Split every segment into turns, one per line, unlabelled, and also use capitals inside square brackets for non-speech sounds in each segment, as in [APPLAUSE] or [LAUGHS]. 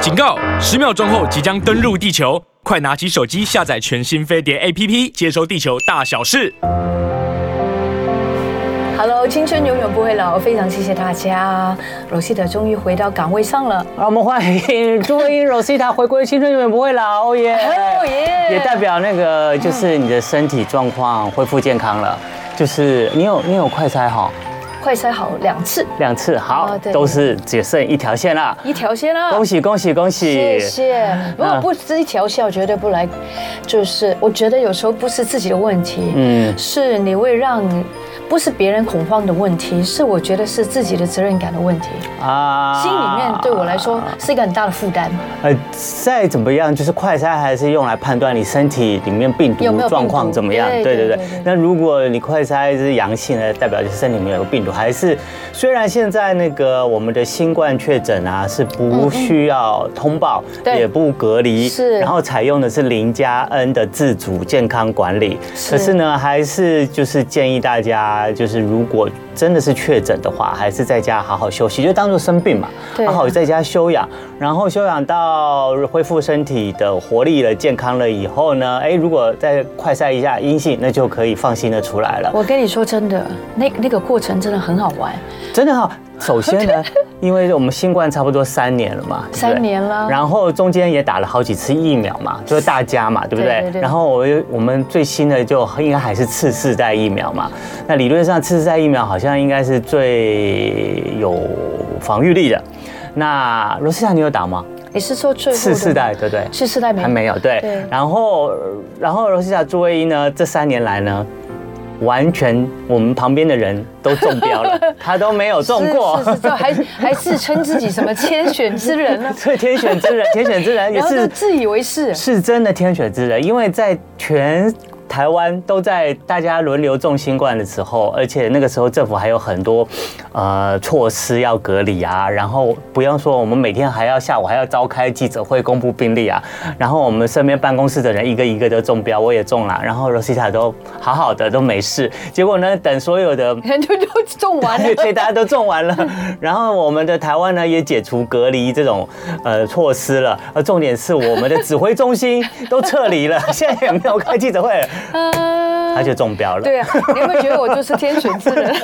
警告！十秒钟后即将登陆地球，快拿起手机下载全新飞碟 APP，接收地球大小事。
Hello，青春永远不会老，非常谢谢大家。罗西德终于回到岗位上了，
让我们欢迎朱茵 Rosita 回归《青春永远不会老》
[LAUGHS]
耶！
哦耶
也代表那个就是你的身体状况恢复健康了，就是你有你有快筛哈，
快筛好两次，
两次好
哦，对
都是只剩一条线了，
一条线啦。
恭喜啊恭喜恭喜！
谢谢。如果不是一条线，我绝对不来。就是我觉得有时候不是自己的问题，
嗯
是你会让你，不是别人恐慌的问题，是我觉得是自己的责任感的问题。
啊
心里面对我来说是一个很大的负担。
呃，再怎么样，就是快筛还是用来判断你身体里面病
有没有
毒
病毒
状况怎么样。
对
对对
对
对
对对。
那如果你快筛是阳性呢，代表就是身体里面有病毒。还是虽然现在那个我们的新冠确诊啊是不需要通报，
嗯对
也不隔离，
是
然后采用的是零加 N 的自主健康管理。
是
可是呢，还是就是建议大家，就是如果真的是确诊的话，还是在家好好休息，就当做生病嘛，
对
好好在家休养，然后休养到恢复身体的活力了、健康了以后呢，哎，如果再快筛一下阴性，那就可以放心的出来了。
我跟你说真的，那那个过程真的很好玩。
真的好。首
[LAUGHS]
先呢，因为我们新冠差不多三年了嘛，对不对
三年了
然后中间也打了好几次疫苗嘛，就是大家嘛，对不对？
对对对
然后我又我们最新的就应该还是次世代疫苗嘛。那理论上次世代疫苗好像应该是最有防御力的。那罗斯塔，你有打吗？
你是说最后
次
的
世代，对不对？
是世代没有
还没有对。
嗯对
然后，呃然后罗西塔朱卫一呢，这三年来呢，完全我们旁边的人都中
[LAUGHS]
标了，他都没有中过？
是。是是，这还还自称自己什么天选之人呢
[LAUGHS] 所以天选之人，天选之 [LAUGHS] 人也
然后就是自以为是，
是真的天选之人，因为在全台湾都在大家轮流中新冠的时候，而且那个时候政府还有很多呃措施要隔离啊，然后不要说我们每天还要下午还要召开记者会公布病例啊，然后我们身边办公室的人一个一个都中标，我也中了，然后 Rosita 都好好的都没事，结果呢，等所有的。
人都都中完了
[LAUGHS] 所以大家都种完了。 [LAUGHS] 然后我们的台湾呢也解除隔离这种呃措施了，而重点是我们的指挥中心都撤离了， [LAUGHS] 现在也没有开记者会了，
嗯
他就中标了。
对啊，你有没有觉得我就是天选之人？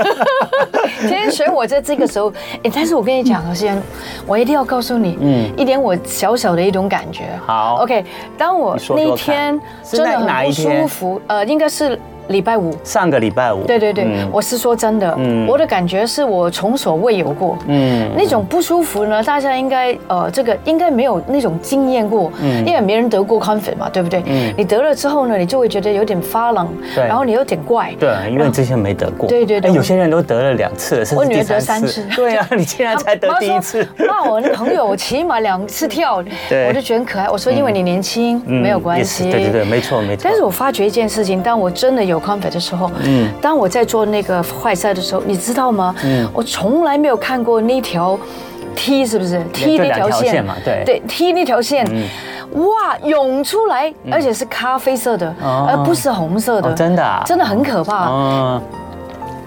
[LAUGHS] 天选我在这个时候，哎，但是我跟你讲，何先生，我一定要告诉你，嗯，一点我小小的一种感觉。
好
，OK，当我
你说
那
说
一天
看是
真的
那哪
很
一
不
天
舒服，呃，应该是礼拜五，
上个礼拜五，
对对对，
嗯
我是说真的，
嗯
我的感觉是我从所未有过，
嗯
那种不舒服呢，大家应该呃，这个应该没有那种经验过，因为没人得过 confit 嘛，对不对？
嗯
你得了之后呢，你就会觉得有点发冷，
对
然后你有点怪，
对，因为你之前没得过。
对对对
哎有些人都得了两次了，甚
我
至
女
第
儿得
三次
三。次
[LAUGHS] 对
[LAUGHS]
啊，你竟然才得
妈
第一次
说。骂我那朋友起码两次跳，
对
我就觉得很可爱。我说因为你年轻，
嗯
没有关
也是
系。
对对对，没错没错。
但是我发觉一件事情，当我真的有 confit 的时候，嗯，当我在做那个快赛的时候，你知道吗？嗯，我从来没有看过那条 T 是不是 T
就
那条
两条
线
线嘛对嗯
对 T 那条线，哇，涌出来，而且是咖啡色的，
哦
而不是红色的，
哦真的啊
真的很可怕，
嗯，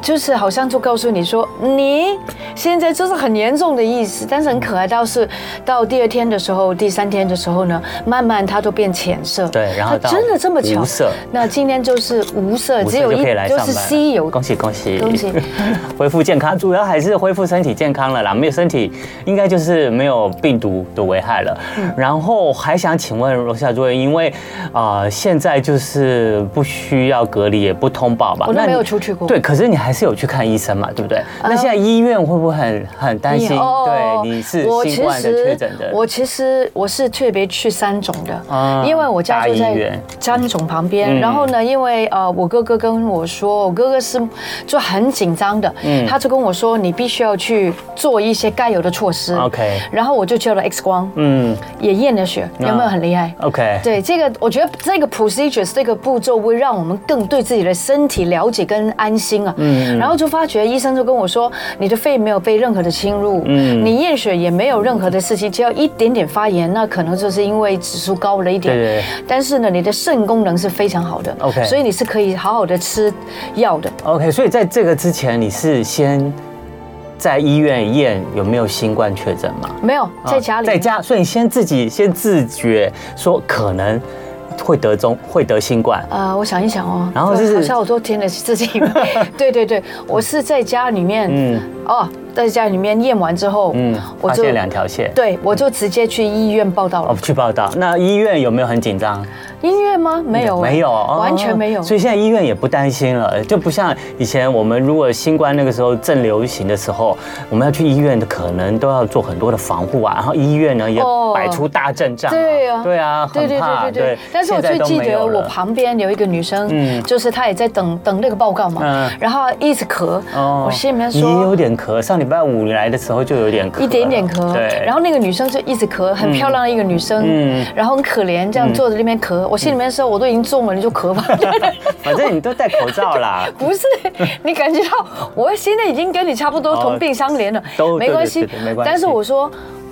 就是好像就告诉你说，你现在就是很严重的意思，但是很可爱，到是到第二天的时候，第三天的时候呢，慢慢它都变浅色，
对，然后
它
到
真的这么巧，
无色，
那今天就是无色，
五
只
岁
有
就
一
可以来上
就
班
是
了。
C 有
恭喜恭喜
恭喜，
[LAUGHS] 恢复健康，主要还是恢复身体健康了啦，没有身体应该就是没有病毒的危害了。
嗯
然后还想请问罗夏主任，因为呃现在就是不需要隔离，也不通报吧？
我都
那你
没有出去过呃
对，可是你还是有去看医生嘛，对不对？那现在医院会不会很很担心？对，你是
哦我
新
其
冠的确
实
诊的，
我其实我是特别去三种
啊
的，因为我家就
大医
在
院
三种旁边。
嗯
然后呢，因为呃，我哥哥跟我说，我哥哥是就很紧张的，
嗯
他就跟我说，你必须要去做一些该有的措施。
OK
然后我就照了 X 光，
嗯啊
也验了血，有没有很厉害？
，OK，
对这个，我觉得这个 procedures 这个步骤会让我们更对自己的身体了解跟安心啊。嗯，然后就发觉医生就跟我说，你的肺没有被任何的侵入，嗯，你验血也没有任何的事情，只要一点点发炎，那可能就是因为指数高了一点。
对对对
但是呢，你的肾功能是非常好的
OK
所以你是可以好好的吃药的。
OK，所以在这个之前，你是先在医院验有没有新冠确诊吗？
没有在家里，
啊在家，所以你先自己先自觉说可能会得中会得新冠，
呃，我想一想哦，
然后就是
好像我都听了自
[LAUGHS]
己，对对对，我是在家里面，
嗯
哦，在家里面验完之后，
嗯
嗯，，我
发
就
现两条线，
对我就直接去医院报道
哦
了。，
去报道。那医院有没有很紧张？
医院吗？没有，啊
没有，哦
完全没有。
所以现在医院也不担心了，就不像以前我们如果新冠那个时候正流行的时候，我们要去医院的可能都要做很多的防护啊，然后医院呢也
哦
摆出大阵仗、啊
对啊
对啊，
对
很
对
怕，
对对对，但是我
现在
最
都
记
没
得
有
我
了
旁边有一个女生，
嗯
就是她也在等等那个报告嘛
嗯，
然后一直咳，
哦
我心里面
你也有
说
点咳，上礼拜五你来的时候就有点咳了，
一点点咳
对，，
然后那个女生就一直咳，很漂亮的一个女生
嗯，
然后很可怜这样坐在那边咳，我心里面说我都已经中了，你就咳吧，。
反正你都戴口罩啦
[LAUGHS] 不是，你感觉到我现在已经跟你差不多同病相怜了，
啊都
没关系
对对对没关系
但是我说，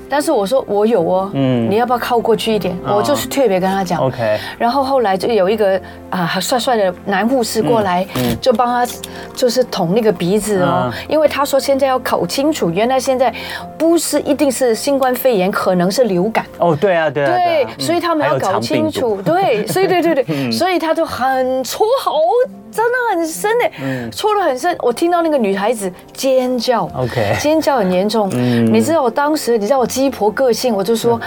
但是我说我有哦，
嗯
你要不要靠过去一点？
哦
我就是特别跟他讲
OK
然后后来就有一个啊帅帅的男护士过来，就帮他就是捅那个鼻子哦
嗯啊，
因为他说现在要搞清楚，原来现在不是一定是新冠肺炎，可能是流感。
哦，对啊，对啊，
对
啊，嗯
所以他们
还
要
有
搞
肠病
清
毒嗯
楚，对，所以对
[LAUGHS]
对对，所以他就很戳好，真的很深的，
嗯
戳得很深。我听到那个女孩子尖叫
OK 嗯
尖叫很严重。你知道我当时，你知道我鸡婆个性，我就说，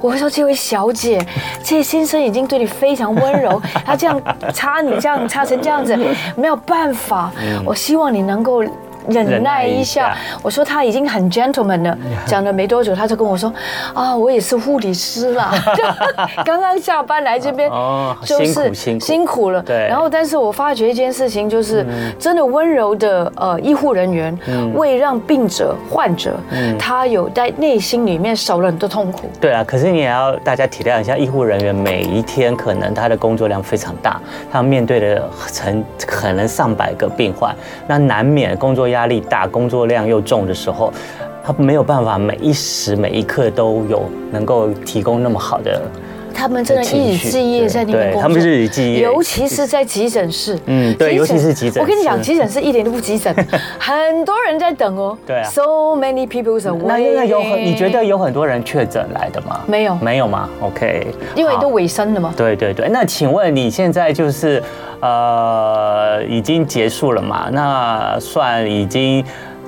我说这位小姐， [LAUGHS] 这先生已经对你非常温柔，他这样插你，这样插成这样子，
嗯
没有办法，我希望你能够。忍
忍
耐
耐
一
一
下
下，
我说他已经很 gentleman
[LAUGHS]
了，讲了没多久，他就跟我说：“啊，我也是护理师
[LAUGHS]
啦， [LAUGHS] 刚刚下班来这边
哦，
就
辛
是
苦辛苦
辛苦了。”
对嗯
然后，但是我发觉一件事情，就是真的温柔的呃医护人员，为让病者、患者，
嗯
他有在内心里面少了很多痛苦。
对啊，可是你也要大家体谅一下，医护人员每一天可能他的工作量非常大，他面对的成可能上百个病患，那难免工作压力大、工作量又重的时候，他没有办法每一时每一刻都有能够提供那么好的
他们真的
情
日以
绪
继夜在那边
对
工作，
他们日以继夜
尤其是在急诊室。
嗯对尤其是急诊室
我跟你讲，急诊室一点都不急
[LAUGHS]
诊，很多人在等哦。
对啊
So many people are waiting。
那应该有很，你觉得有很多人确诊来的吗？
没有
没有吗？OK，
因为
好
都尾声了嘛？
对对对，那请问你现在就是呃已经结束了嘛？那算已经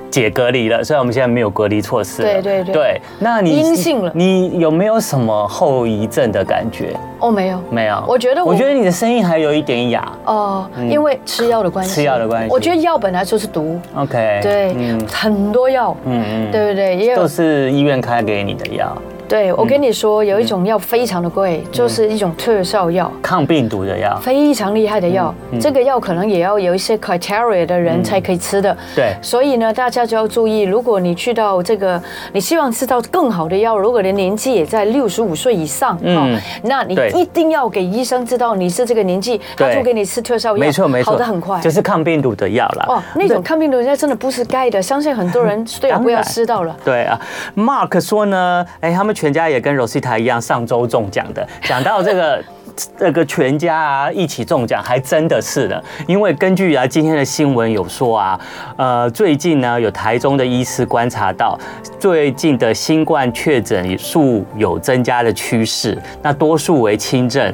解隔离了，虽然我们现在没有隔离措施了。
对对对
对，那你
阴性了
你有没有什么后遗症的感觉？
哦，没有。
没有，
我觉得我
我觉得你的声音还有一点哑。
哦，因为吃药的关系，
嗯吃药的关系
我觉得药本来就是毒，
OK，
对，
嗯
很多药，
嗯
对不对？也
都
有，
是嗯医院开给你的药，
对我跟你说，有一种药非常的贵，
嗯
就是一种特效药。
抗病毒的药。
非常厉害的药，
嗯
这个药可能也要有一些 criteria 的人才可以吃的。
对
所以呢，大家就要注意，如果你去到这个，你希望吃到更好的药，如果你年纪也在六十五岁以上，
嗯
嗯，那你
对
一定要给医生知道你是这个年纪，他
对
就给你吃特效药，
没错没错，
好的很快，
就是啊抗病毒的药啦。
哦，那种抗病毒药真的不是盖的，相信很多人对我不要吃到了。
对啊，Mark 说呢，哎，他们全家也跟 Rosita 一样，上周中奖的。 [LAUGHS] 讲到这个。这个全家啊一起中奖，还真的是的。因为根据啊今天的新闻有说啊，呃，最近呢有台中的医师观察到，最近的新冠确诊数有增加的趋势，那多数为轻症。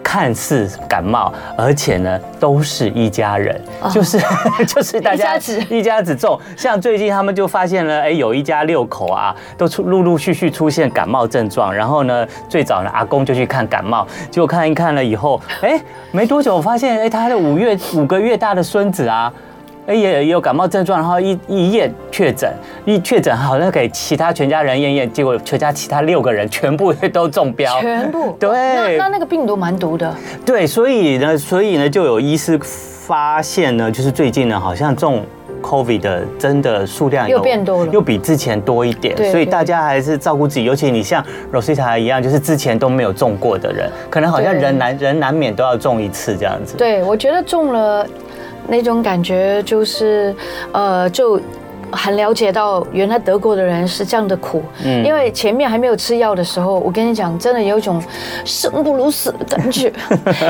看似感冒，而且呢，都是一家人，就是 [LAUGHS] 就是大家
哦一家子
[LAUGHS] 一家子中，像最近他们就发现了，哎，有一家六口啊，都出陆陆续续出现感冒症状。然后呢，最早呢，阿公就去看感冒，结果看一看了以后，哎，没多久我发现，哎，他的五月五个月大的孙子啊。哎，也也有感冒症状，然后一一验确诊，一确诊好像给其他全家人验验，结果全家其他六个人全部都中标，
全部
对
那那那个病毒蛮毒的，
对，所以呢，所以呢，就有医师发现呢，就是最近呢，好像中 COVID 的真的数量有
又变多了
又比之前多一点
对。
所以
对
大家还是照顾自己，尤其你像 Rosita 一样，就是之前都没有中过的人，可能好像
对
人难人难免都要中一次这样子。
对我觉得中了那种感觉就是，呃，就很了解到原来德国的人是这样的苦，
嗯
因为前面还没有吃药的时候，我跟你讲，真的有一种生不如死的感
[LAUGHS]
觉，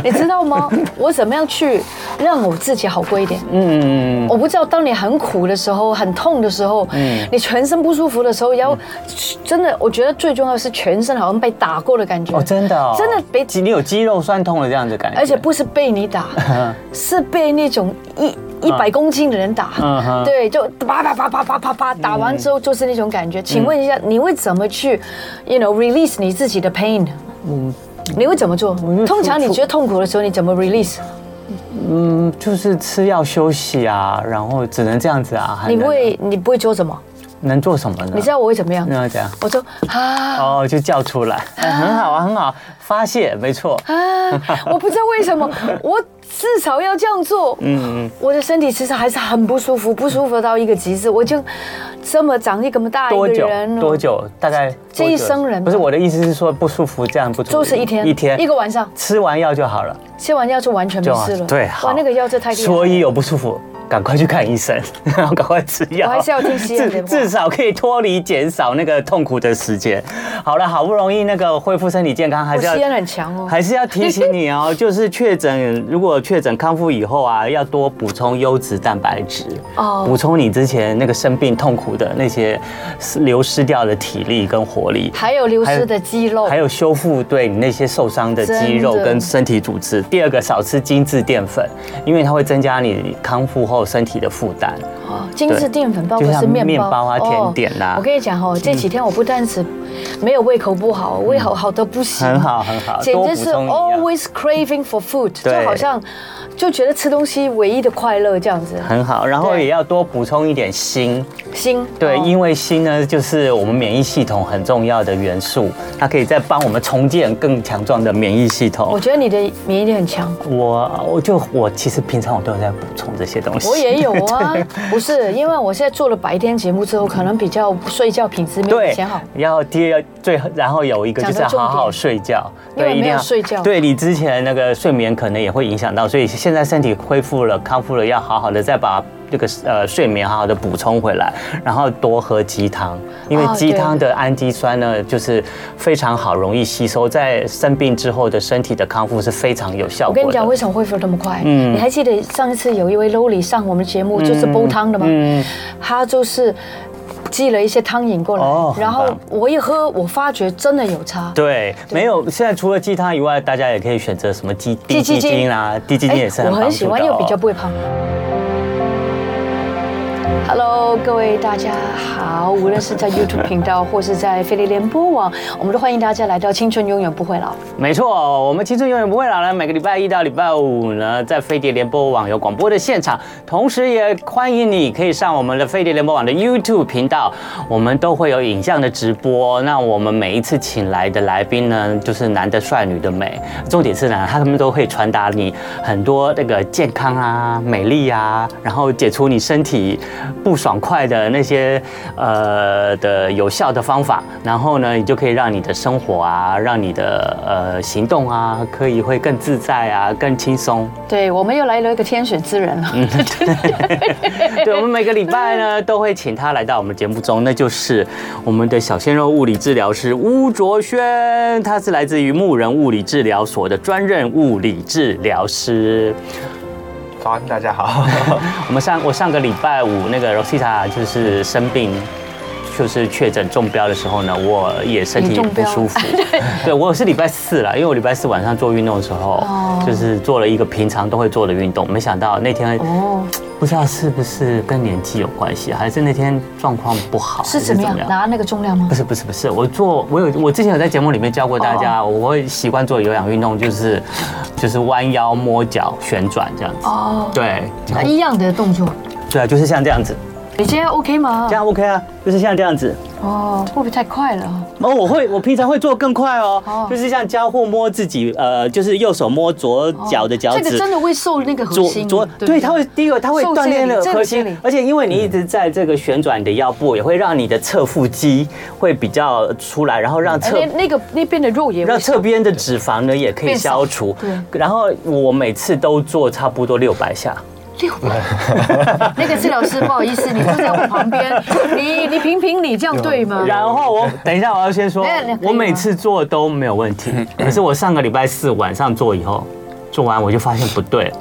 你知道吗？我怎么样去让我自己好过一点？
嗯嗯
我不知道，当你很苦的时候，很痛的时候，你全身不舒服的时候，要真的，我觉得最重要的是全身好像被打过的感觉。
哦，真的、哦，
真的被
肌你有肌肉酸痛的这样子感觉，
而且不是被你打，
嗯
[LAUGHS] 是被那种一一百公斤的人打
嗯哼，
[LAUGHS] 对，就啪啪啪啪啪啪啪，打完之后就是那种
嗯
感觉。请问一下，你会怎么去，you know release 你自己的 pain？你
嗯
会怎么做
就？
通常你
处
觉得痛苦的时候，你怎么 release？
嗯就是吃药休息啊，然后只能这样子啊，还
你
能
会你不会做什么？
能做什么呢？
你知道我会怎么样？
那要怎样？
我说啊
哦，就叫出来，哎很好啊，很好，发泄，没错，
啊！我不知道为什么，我至少要这样做。
嗯嗯，
我的身体其实还是很不舒服，不舒服到一个极致。我就这么长一个这么大一
多
个
久？
人哦了，
多久？大概
这
多久
一生人吧
不是我的意思是说不舒服这样不舒服，
就是一天，
一天
一个晚上，
吃完药就好了，
吃完药就完全没
就好
事了。
对，好，
哇，那个药这太厉害了。
所以有不舒服。赶快去看医生， [LAUGHS] 然后赶快吃药。
我还是要听西人
至
的话
至少可以脱离、减少那个痛苦的时间。好了，好不容易那个恢复身体健康，还
我
是要
吸烟很强哦。
还是要提醒你
[LAUGHS]
哦，就是确诊，如果确诊康复以后啊，要多补充优质蛋白质，
哦
补充你之前那个生病痛苦的那些流失掉的体力跟活力。
还有流失的肌肉
还，有修复对你那些受伤的肌肉
真的
跟身体组织。第二个，少吃精致淀粉，因为它会增加你康复后身体的负担。
哦精致淀粉包
就
括
像
是面包、
面包啊甜点啊
哦我跟你讲哦，这几天我不但是没有胃口不好，胃口好的不行，
很好很好
简直是
啊多补充一样
always craving for food，就
对
好像就觉得吃东西唯一的快乐这样子。
很好，然后
对
也要多补充一点锌，
心
对，
哦
因为锌呢，就是我们免疫系统很重要的元素，它可以再帮我们重建更强壮的免疫系
我
统。
觉得你的免疫力很强。
我我就我其实平常我都有在补充这些东西。
我也有啊，不是，因为我现在做了白天节目之后，可能比较睡觉品质没有以
对
前好。，
要第二最然后有一个就是要
讲到重
好
点
好睡觉，
因为没有睡觉
对你之前那个睡眠可能也会影响到，所以现在身体恢复了、康复了，要好好的再把这个呃睡眠好好的补充回来，然后多喝鸡汤，因为
哦
鸡
对
汤的氨基酸呢就是非常好，容易吸收，在生病之后的身体的康复是非常有效
我
果的。
跟你讲，为什么恢复那么快？
嗯
你还记得上一次有一位 Loli 上我们节目，就是煲汤的吗？
嗯
他就是寄了一些汤饮过来
哦，
然后
很棒
我一喝，我发觉真的有差。
对，没有。现在除了鸡汤以外，大家也可以选择什么鸡低
低
鸡
鸡精
精啊，低鸡精也是很
哎我
帮
很喜
助
欢，
的
又
哦
比较不会胖。Hello，各位大家好，无论是
[LAUGHS]
在 YouTube 频道或是在飞利联播网，我们都欢迎大家来到《青春永远不会老》。
没错，我们青春永远不会老了。每个礼拜一到礼拜五呢，在飞碟联播网有广播的现场，同时也欢迎你可以上我们的飞碟联播网的 YouTube 频道，我们都会有影像的直播。那我们每一次请来的来宾呢，就是男的帅，女的美，重点是呢，他们都会传达你很多那个健康啊、美丽啊，然后解除你身体不爽快的那些呃的有效的方法，然后呢，你就可以让你的生活啊，让你的呃行动啊，可以会更自在啊，更轻松。
对，我们又来了一个天选之人了。
[LAUGHS] 对，我们每个礼拜
嗯
呢都会请他来到我们节目中，那就是我们的小鲜肉物理治疗师巫卓轩，他是来自于牧人物理治疗所的专任物理治疗师。
早安，大家好。
[LAUGHS] 我们上我上个礼拜五那个 Rosita 就是生病。就是确诊中标的时候呢，我也身体
你
也
中
不
标
舒服。对，我是礼拜四啦，因为我礼拜四晚上做运动的时候
哦，
就是做了一个平常都会做的运动，没想到那天
哦，
不知道是不是跟年纪有关系，还是那天状况不好，
是怎么样？拿那个重量吗
不？是不是不是，我做我有我之前有在节目里面教过大家，我会习惯做有氧运动，就是就是弯腰摸脚旋转这样子。
哦，
对，
一样的动作。
对啊，就是像这样子，
你今天 OK 吗
这？样 OK 啊，就是像这样子。
哦，会不会太快了？
哦，我会，我平常会做更快哦
哦，
就是像交互摸自己，呃，就是右手摸左脚的脚
哦这个
趾，
真的会瘦那个核
左
心。
左
不
对，它会第一个它会
受
锻
这
炼
里
了
这里
核
这
心
里，
而且因为你一直在这个旋转你的腰部，也会让你的侧腹肌会比较出来，然后让
哎
侧
那那个那边的肉也
让
会
侧边的脂肪呢也可以
变少
消除。
对
然后我每次都做差不多六百下，
六百。 [LAUGHS] 那个治疗师，不好意思，你坐在我旁
[LAUGHS]
边，你你评评理，这样对吗？
然后我等一下，我要先说
没有嗯哎可以，吗
我每次做都没有问题，可是我上个礼拜四晚上做以后，做完我就发现不对，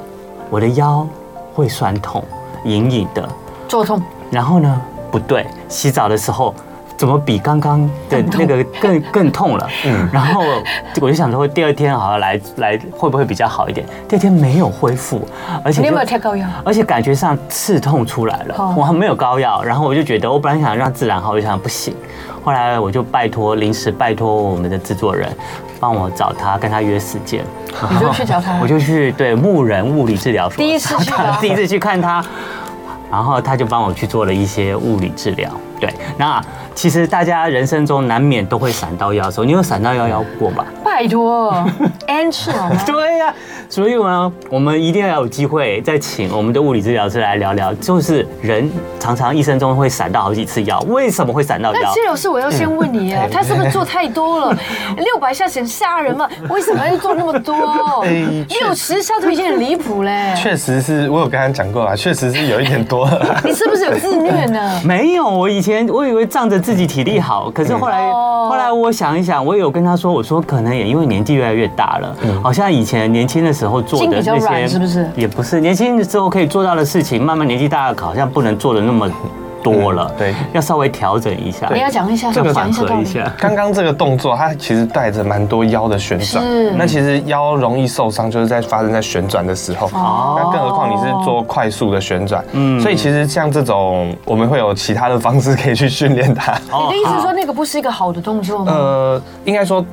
我的腰会酸痛，隐隐的。
做痛，
然后呢，不对，洗澡的时候怎么比刚刚的那个更更痛了？嗯，然后我就想说，第二天好像来来会不会比较好一点？第二天没有恢复，而且
你有
就
没有贴膏
[LAUGHS]
药？
而且感觉上刺痛出来了
哦，
我还没有膏药，然后我就觉得我本来想让自然好，我就想不行，后来我就拜托临时拜托我们的制作人，帮我找他跟他约时间，
你就去找他
我就去对牧人物理治疗所，
第一次去啊
[LAUGHS] 第一次去看他，然后他就帮我去做了一些物理治疗。对，那其实大家人生中难免都会闪到腰的时候，你有闪到腰腰
[LAUGHS]
过吧？
拜
[LAUGHS]
托，N 次好吗？
对呀、所以呢，我们一定要有机会再请我们的物理治疗师来聊聊，就是人常常一生中会闪到好几次腰，为什么会闪到
那
腰
谢？老师，我要先问你
嗯
啊，他是不是做太多了？六百下很吓人嘛，为什么要做那么多
[LAUGHS] 哎？
六十下都已经很离谱嘞，。
确实是我有跟他讲过啊，确实是有一点多 [LAUGHS] 了
你是不是有自虐呢？
没有，我以前我以为仗着自己体力好，可是后来、
嗯哦
后来我想一想，我有跟他说，我说可能也因为年纪越来越大了，
嗯
好像以前年轻的时候做
筋
的
比较
那些
软是不是
也不是年轻的时候可以做到的事情，慢慢年纪大了，好像不能做的那么多了，
嗯
对
要稍微调整一下，
你要讲一下，
这个
讲
缓
一下道
和
理。
一下。
刚刚这个动作，它其实带着蛮多腰的旋转
是。
那其实腰容易受伤，就是在发生在旋转的时候。
哦
那更何况你是做快速的旋转，嗯，所以其实像这种，我们会有其他的方式可以去训练它。
哦
你的意思是说那个不是一个好的动作吗？
呃，应该说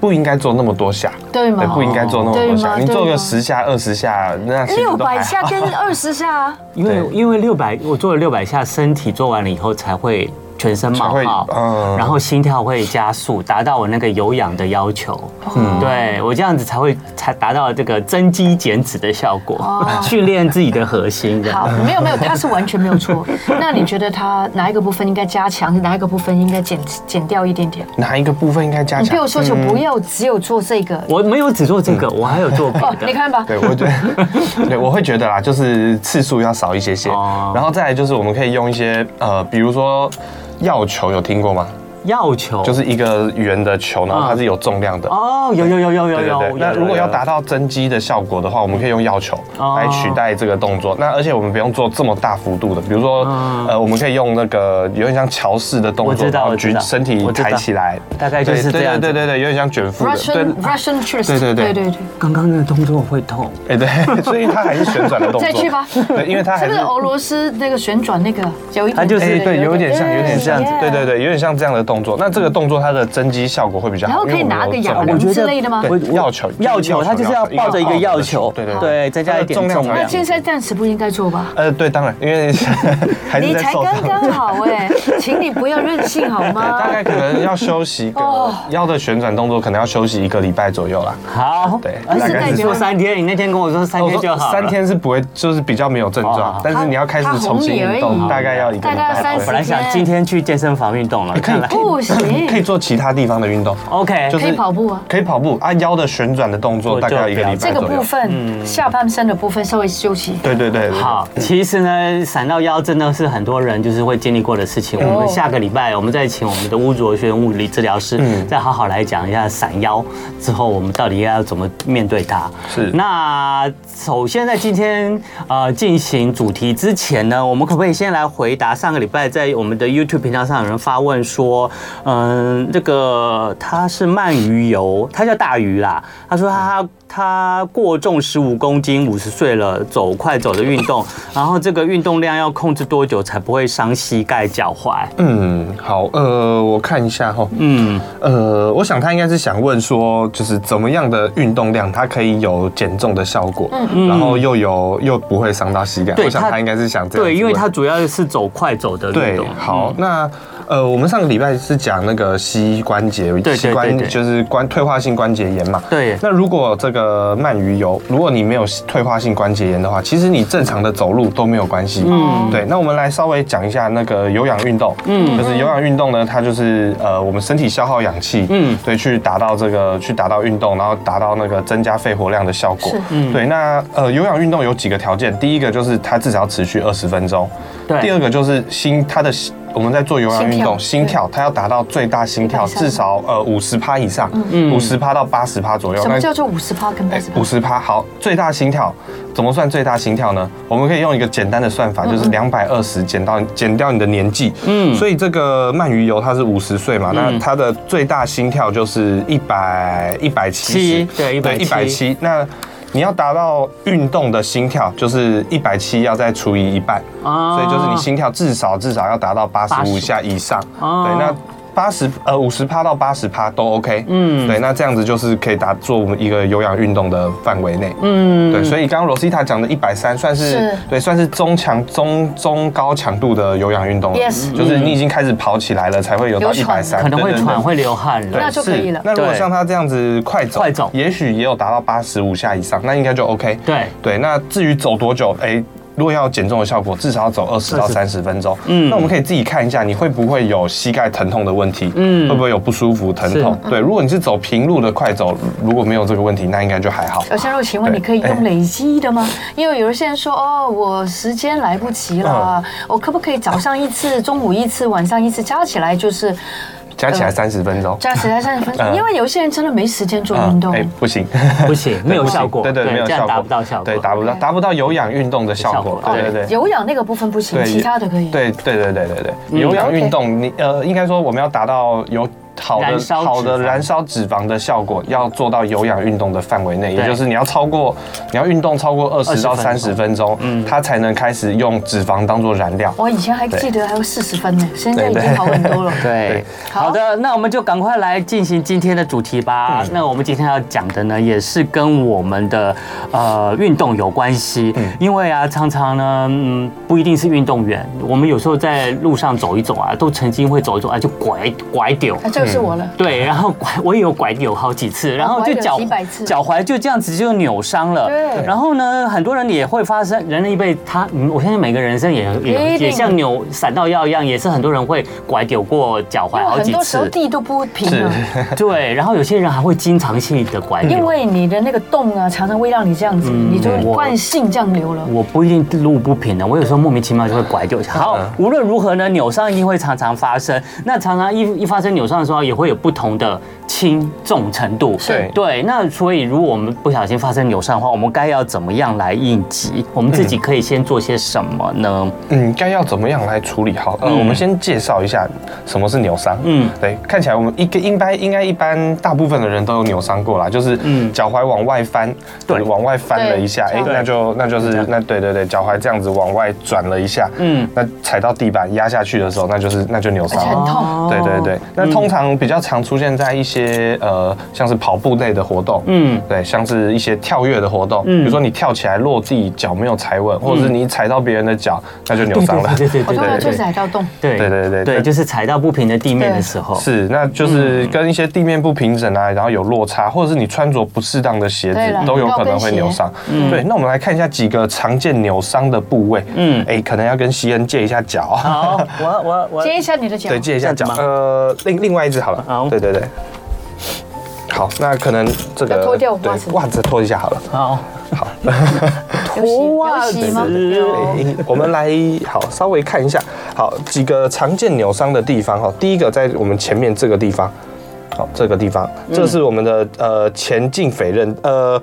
不应该做那么多下，
对
对，
吗
哎不？应该做那
嗯
么
对
多
嘛
下。你
对
做
嘛
个十下、二十下，那其实
六
都还
百
好
下跟二十下，啊
因为
对
因为六百，我做了六百下，身体做完了以后才会全身冒泡
才，会嗯
然后心跳会加速，达到我那个有氧的要求。嗯，对我这样子才会才达到这个增肌减脂的效果，训练自己的核心这
哦好
样。，
嗯
没有没有，他是完全没有
[LAUGHS]
错。那你觉得他哪一个部分应该加强，哪一个部分应该减减掉一点点？
哪一个部分应该加
你譬
强
如？说，就不要只有做这个。
我没有只做这个，我还有做别
哦，
的。
你看吧，
[LAUGHS] 对，我觉得，对，我会觉得啦，就是次数要少一些些，
哦
然后再来就是我们可以用一些呃，比如说药球有听过吗？
药球
就是一个圆的球，然后它是有重量的。
嗯哦，有有有有有
对对
有
对，。
有
那如果要达
有
到增肌的效果的话，我们可以用药球
哦
来取代这个动作。那而且我们不用做这么大幅度的，比如说，呃，我们可以用那个有点像桥式的动
嗯我
作，
知道
然后
我知
举
道
身体
我知道
抬起来，
大概就是
对
这样子
对对对对，有点像卷腹的，对，
Russian Russian twist，
对
对
对对
对对，
刚刚那个动作会痛，
哎对， [LAUGHS] 所以它还是旋转的动作。
再去吧
对，因为它
是
还
不
是
是俄罗斯那个旋转那个有一点？
它就是
哎，对，有点像，有点像，
Yeah
对对。对，有点像这样的动作。那这个动作它的增肌效果会比较
然
好，
后可以
因为我们
拿个
有
哑
重
铃
量
之类的吗？
对
我
药球
药球，它就是要抱着一个药球，
哦对对
对，再加一点
它的重
重
量
那
量。
现在暂时不应该做吧？
呃，对，当然，
[LAUGHS]
因为还是
你
在
才
受
刚
伤。
刚好哎，请你不要任性好吗？
[LAUGHS] 大概可能要休息个
哦
腰的旋转动作，可能要休息一个礼拜左右啦。
好，
对
而
大
概
且
是
只做三天，你那天跟我说三
我
天就好
说
了
三。天是不会，就是比较没有症
哦
状，但是你要开始重新运
它红也而
动，
已
大概要一个
大
礼
概
拜
三十
左右。
本来想今天去健身房运动了，
可以
看来
不行
[LAUGHS] 可以做其他地方的运动，
OK，
哎就
可以跑步啊。
可以跑步啊，腰的旋转的动
我
作大概要一个礼拜左
这
右。
个部
嗯
分下半身的部分稍微休息。
对对对，对
好，其实呢，闪到腰真的是很多人就是会经历过的事
嗯
情。我们下个礼拜我们再请我们的巫卓轩物理治疗师，
嗯
再好好来讲一下闪腰之后我们到底要怎么面对它。
是
那首先在今天呃进行主题之前呢，我们可不可以先来回答上个礼拜在我们的 YouTube 频道上有人发问说，嗯，这个它是鳗鱼油，它叫大鱼啦。他说他他过重十五公斤，五十岁了，走快走的运动，然后这个运动量要控制多久才不会伤膝盖、脚踝？
嗯，好，呃，我看一下哈，
嗯，
呃，我想他应该是想问说，就是怎么样的运动量，它可以有减重的效果，然后又有又不会伤到膝盖。
嗯对
我想
他
他应该是想这样子问，
对，因为它主要是走快走的
对
运动，。嗯
好，那呃，我们上个礼拜是讲那个膝关节，
对
膝关
对对
就是关退化性关节炎嘛。
对
那如果这个鳗鱼油，如果你没有退化性关节炎的话，其实你正常的走路都没有关系。嗯，对。那我们来稍微讲一下那个有氧运动。嗯，就是有氧运动呢，它就是呃，我们身体消耗氧气，嗯，对，去达到这个去达到运动，然后达到那个增加肺活量的效果
是。
嗯，对。那呃，有氧运动有几个条件，第一个就是它至少要持续二十分钟。
对
第二个就是心，它的心我们在做有氧运动，
心跳
心跳它要达到最大心跳
最大心跳嗯
至少呃五十趴以上，五十趴到八十趴左右。哎
什么叫做五十趴跟八十趴
五？十趴？好，最大心跳怎么算最大心跳呢？我们可以用一个简单的算
嗯
法，就是两百二十减到减掉你的年纪。嗯，所以这个鳗鱼油它是五十岁嘛，那它的最大心跳就是一百一百七
七
十，
对
一百
170
七。那你要达到运动的心跳，就是一百七要再除以一半。
啊
所以就是你心跳至少至少要达到哦八十五下以上。
哦
对，那八十呃五十趴到八十趴都 OK。嗯，对，那这样子就是可以达做我们一个有氧运动的范围内。嗯，对，所以刚刚罗西塔讲的一百三算是
是
对，算是中强中中高强度的有氧运动了。
Yes
就是你已经开始跑起来了，才嗯会有到
有
一
喘
百三，
可能会
对
喘。会流汗
对
那
了。
就可以了
是那如果
对
像他这样子快走，
快走
也许也有达到八十五下以上，那应该就 OK。
对
对，那至于走多久，哎、如果要有减重的效果，至少要走二十到三十分钟。嗯，那我们可以自己看一下，你会不会有膝盖疼痛的问题？嗯，会不会有不舒服、疼痛？对，如果你是走平路的快走，如果没有这个问题，那应该就还好。
小鲜肉，请问
对
你可以用累积的吗？
哎
因为有一些人说，哦，我时间来不及了，
哦
我可不可以早上一次、中午一次、晚上一次，加起来就是
加起来三十分钟。
加起来三十
啊
分钟？
嗯
因为有一些人真的没时间做
嗯
运动，
哎不行， [LAUGHS]
不行，没有效果，
对对，没有
这
效
样
果，
达不到效果，
对，达不到
OK
达不到有氧运动的效
效
果
果，
对对对。
哦有氧那个部分不行，
对
其他的可以。
对对对对对
嗯
对，有氧运动，你呃，应该说我们要达到有好
燃
的
烧脂肪
好的燃烧脂肪的效果，要做到有氧运动的范围内，
对
也就是你要超过，你要运动超过二十到
20分
三十
钟嗯
分钟，它才能开始用脂肪当做燃料。
我以前还记得还有四十分呢，现在已
对
经
对
好很多了。
[LAUGHS] 对，
好
好的，那我们就赶快来进行今天的主题吧。
嗯
那我们今天要讲的呢，也是跟我们的呃运动有关系，
嗯
因为啊，常常呢，嗯，不一定是运动员，我们有时候在路上走一走啊，都曾经会走一走啊，就拐拐丢。
啊，这个是我了。
对，然后拐我也有拐扭好几次，然后
哦
就
拐扭
脚
几百次
脚踝就这样子就扭伤了。
对
然后呢，很多人也会发生，人的一辈他，嗯我相信每个人生也也
一定
也像扭闪到腰一样，也是很多人会拐扭过脚
因
踝
为
好
很
几
多时候
次。
地都不平啊，
[LAUGHS] 对，然后有些人还会经常性的拐
因
扭。
为你的那个洞啊，常常会让你这样子，你就
嗯我嗯
惯性这样流了。
我不一定路不平的，我有时候莫名其妙就会拐掉。
嗯
好，无论如何呢，扭伤一定会常常发生。那常常一一发生扭伤的时候，也会有不同的轻重程度。
是
对。那所以，如果我们不小心发生扭伤的话，我们该要怎么样来应急？我们自己可以先做些什么呢？
嗯，该要怎么样来处理好？呃，
嗯
我们先介绍一下什么是扭伤。
嗯
嗯，对，看起来我们一个应该应该一般大部分的人都有扭伤过啦，就是
嗯
脚踝往外翻，
对
往外翻了一下，
对
哎，
对
那就那就是那对对对，脚踝这样子往外转了一下，
嗯
嗯，那踩到地板压下去的时候，那就是那就扭伤
而且
了
哎很。痛
嗯
哦
对对对，
嗯
那通常比较常出现在一些呃，像是跑步类的活动，
嗯
嗯，对，像是一些跳跃的活动，
嗯
比如说你跳起来落地，脚没有踩稳，或者是你踩到别人的脚，那就扭伤了。
对对
我通
对对
常就是踩到洞，
对
对对对
对，
对
就是踩到不平的地面的时候。
[LAUGHS] 是，那
嗯
就是跟一些地面不平整啊，然后有落差，或者是你穿着不适当的鞋子
对啦，
都有可能会扭伤。对，那我们来看一下几个常见扭伤的部位。
嗯哦
嗯，哎，可能要跟西恩借一下脚。
好，我我我
接一下你的脚
对，。借一下
这
脚
样。子吗
呃，另另外一只好
好
了。对对对。好，那可能这个
要脱掉袜子
对袜子脱一下好了。
好
好，
脱袜
有洗吗
子
有
对我们来好稍微看一下，好几个常见扭伤的地方哈。第一个在我们前面这个地方，好这个地方，这是我们的呃前胫腓韧呃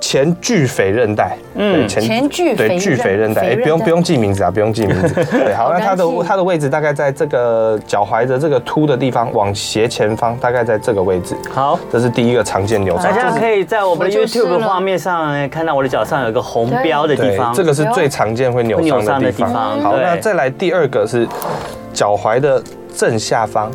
前距腓韧带，嗯，
前距腓
对
韧
距腓韧带，
腓
哎，
韧
不用
带
不用记名字啊，不用记名字。
[LAUGHS]
对，好，那它的
好干净
它的位置大概在这个脚踝的这个凸的地方，往斜前方大概在这个位置。
好。
这是第一个常见扭
大
伤，
家
这是
可以在我们的
我就是了
YouTube 画面上哎看到我的脚上有一个红标的地
对
方，，
这个是最常见会扭伤的
会扭
地
伤的地方
方。好，
对
那再来第二个是脚踝的正下方，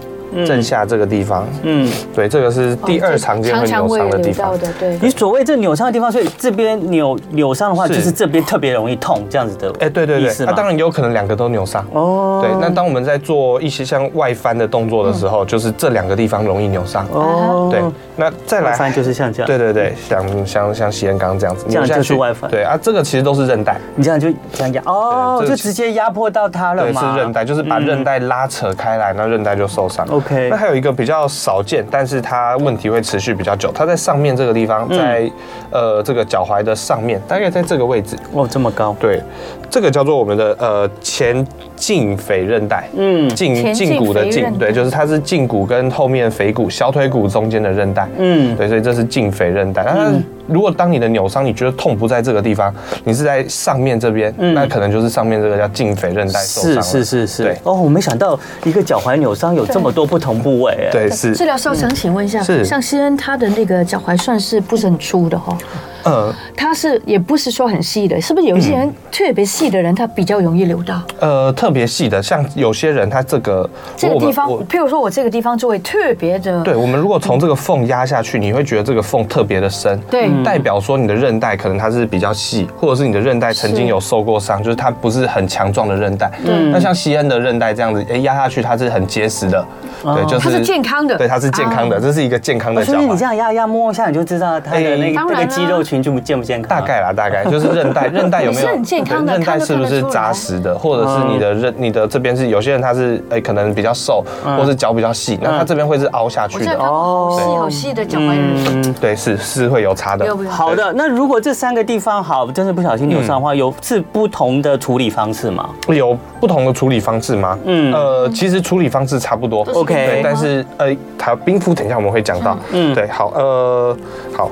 正下这个地方，
嗯，
对，这个是第二常见会扭伤的地方
哦常常会扭到。的，对。
你所谓这扭伤的地方，所以这边扭扭伤的话，
是
就是这边特别容易痛这样子的。
哎，对对
意
对，
思
那、
吗
当然有可能两个都扭伤。
哦，
对，那当我们在做一些像外翻的动作的时候，就是这两个地方容易扭
啊
伤。
嗯哦，
对，那再来
外翻就是像这样，
对对对，像像像喜恩刚刚这样子，
这样
扭下
就是
去
外翻
对啊，这个其实都是韧带，
你这样就这样压，哦，
对这
就
个
直接压迫到它了
对，
嘛，
是韧带，就是把
嗯
韧带拉扯开来，那韧带就受伤。
OK
那还有一个比较少见，但是它问题会持续比较久，它在上面这个地
嗯
方，在呃这个脚踝的上面，大概在这个位置。
哦这么高，
对，这个叫做我们的呃前胫腓韧带，
嗯
胫
前
胫骨的
胫腓韧
胫，
带
对，就是它是胫骨跟后面腓骨、小腿骨中间的韧带，
嗯
对，所以这是胫腓韧带。那如果当你的扭伤，你觉得痛不在这个地方，你是在上面这边，那可能就是上面这个叫胫腓韧带受
嗯
伤
是
了。
是是是
对，
哦，我没想到一个脚踝扭伤有这么多不同部位，哎，
对是
治，疗师，我想请问一下，
是
像西恩他的那个脚踝算是不是很粗的哈？
呃
他是也不是说很细的，是不是有一些人、特别细的人，他比较容易扭到
呃特别细的，像有些人他这个
这个
嗯我们
地方
我？
譬如说我这个地方就会特别的，
对，我们如果从这个缝压下去，你会觉得这个缝特别的深，
对嗯
代表说你的韧带可能它是比较细，或者是你的韧带曾经
是
有受过伤，就是它不是很强壮的韧带。
对
那像西恩的韧带这样子，哎，压下去它是很结实的，对，就是
它是健康的啊
对，它是健康的，这是一个健康的
哦，
脚
所以你这
踝。
样压压摸一下，你就知道它的那
哎
个
当
那
然
个
啊
肌肉群就健不健康，
大。概啦，大概就是韧带，韧带有没有
你是很健康的
对韧带
看都
是不
看得
是
出来
扎实的，或者是你的韧，你的这边是有些人他是哎可能比较瘦，或是脚比较细，那他这边会是凹下
我
去
真的
的
看。过好细
哦
好细的脚踝人，
嗯，
对，是是会有差的。
有没有？
好的，那如果这三个地方好，真是不小心扭伤的
嗯
话，有是不同的处理方式吗？
有不同的处理方式吗？
嗯
嗯，呃，其实处理方式差不多。
都是
OK
对，但是呃，它冰敷等一下我们会讲到。
嗯
嗯，对，好，呃，好。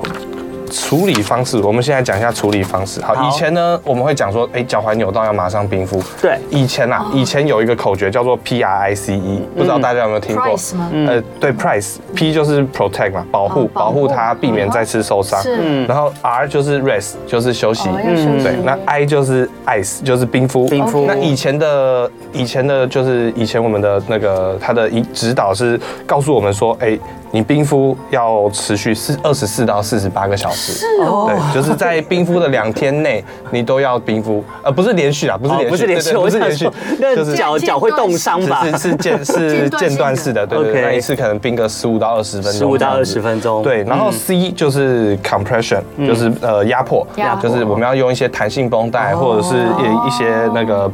处理方式，我们现在讲一下处理方式。好，
好
以前呢，我们会讲说，哎、脚踝扭到要马上冰敷。
对
以前啊，
哦
以前有一个口诀叫做 P R I C E，不知道大家有没有听过
嗯 Price 吗
呃，对，Price，P 就是 protect 嘛，保护
哦，保
保
护
护它，避免再次受伤。
是嗯
然后 R 就是 rest，就是休息。嗯
哦要休息
对，那 I 就是 ice，就是冰敷。
冰敷
那以前的以前的，就是以前我们的那个他的一指导是告诉我们说，哎、你冰敷要持续四二十四到四十八个小时。是
哦
对，就是在冰敷的两天内，你都要冰敷，呃，不是连续啊，不是
哦
连续，
不是连
对
续，
对
我
不是
想
连续
说，那
就是
脚脚会冻伤吧？
是是是间是间断式的，对对
OK
对，那一次可能冰个十五到二十分钟这样子，
15到20分钟
对，然后
嗯
C 就是 compression，就是呃压迫
压，迫
就是我们要用一些弹性绷带或者是一一些那个。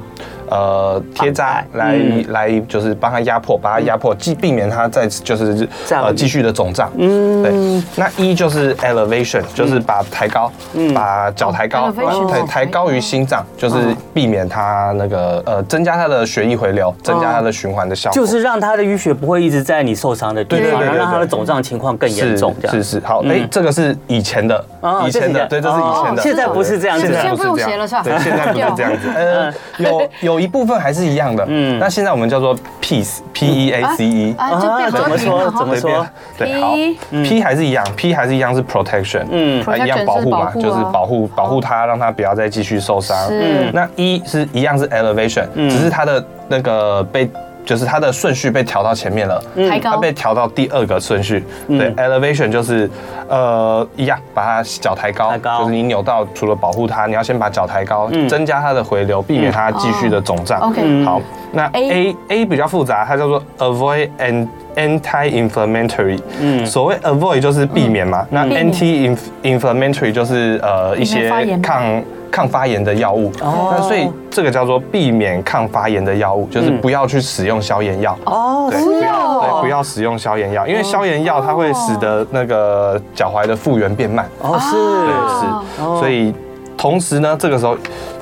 呃，贴扎
绑带
来
嗯
来就是帮它压迫，把它压迫，既避免它再就是
再
呃继续的肿胀。嗯，对。那一就是 elevation，就是
嗯
把抬高，把脚抬高，
elevation
把抬抬高于心
嗯
脏，就是避免它那个呃增加它的血液回流，增加它的循环的效果。
哦就是让它的淤血不会一直在你受伤的地
对对
方，然
对
后
对
让它
对
的肿胀情况更严重，这样嗯
是是是，好，哎、这个是以前的，
哦
以前的，
这
对，
是以前
这是以前
哦
的，
现在不是
这样子嗯
现在
现在
不
不
是
用
这
写
样
了是吧
对，现在不是这样
[LAUGHS]
子，呃，有有一部分还是一样的，嗯，那现在我们叫做 peace，p e a c e，
啊，就变
啊怎
和
么
平
说
了
怎
哈
么。说？
对，好
P
，P 还是一样，P 还是一样是 protection，
嗯
啊一样
Protection
保护嘛，
是保护啊
就是保护保护它，让它不要再继续受伤。
嗯
是
那一是一样是 elevation，只是它的那个被。就是它的顺序被调到前面了，
嗯
抬高
它被调到第二个顺序。对，elevation 就是，呃，一样，把它脚抬高，
抬高嗯
就是你扭到，除了保护它，你要先把脚抬高，增加它的回流，避免它继续的肿胀。
哦，OK
好，那
A
A A 比较复杂，它叫做 avoid and anti-inflammatory。嗯，所谓 avoid 就是避免嘛，那
避免
anti-inflammatory 就是呃一
避免
些
发炎吗
抗。抗发炎的药物，
哦
那所以这个叫做避免抗发炎的药物，就是不要去使用消炎药。
哦，
对
是哦
对，不要使用消炎药，因为消炎药它会使得那个脚踝的复原变慢。
哦
对，
是
是，
哦
所以同时呢，这个时候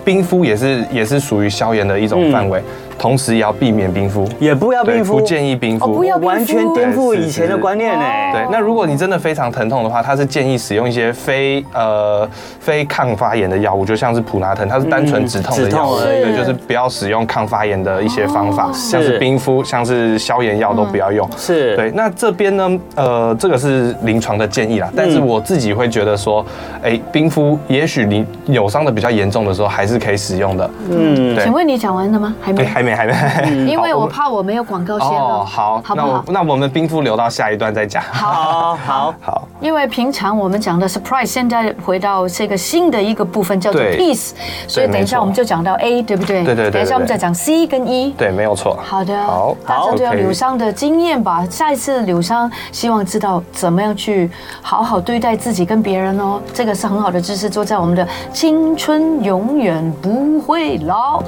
冰敷也是也是属于消炎的一种范围，
嗯
同时也要避免冰敷，
也不要
对
冰敷，
不建议冰
哦
敷，
不要冰敷哦
完全颠覆以前的观念呢。
对，那如果你真的非常疼痛的话，它是建议使用一些非呃非抗发炎的药物，就像是普拿疼，它是单纯止痛的药
嗯
物，
嗯止痛而已
对，就是不要使用抗发炎的一些方
哦
法，像
是
是冰敷、像是消炎药都
嗯
不要用。
是
对，那这边呢，呃，这个是临床的建议啦，但是我自己会觉得说，哎，冰敷也许你扭伤的比较严重的时候还是可以使用的，嗯，对
请。问你讲完了吗？还没
哎，还没还没，
因为
好
我
们
怕我没有广告先
哦
了，
好，
好不
那我
好？
那我们冰敷留到下一段再讲。 [LAUGHS]
好好
好，
因为平常我们讲的 surprise，现在回到这个新的一个部分叫做
对
piece，所以等一
没
下
错
我们就讲到 A，对不对？
对对对
等一下我们
对
再讲 C 跟 E。
对，没有错。
好的，
好
大
好
家都要
OK
柳商的经验吧。下一次柳商希望知道怎么样去好好对待自己跟别人哦，这个是很好的知识，就在我们的青春永远不会老。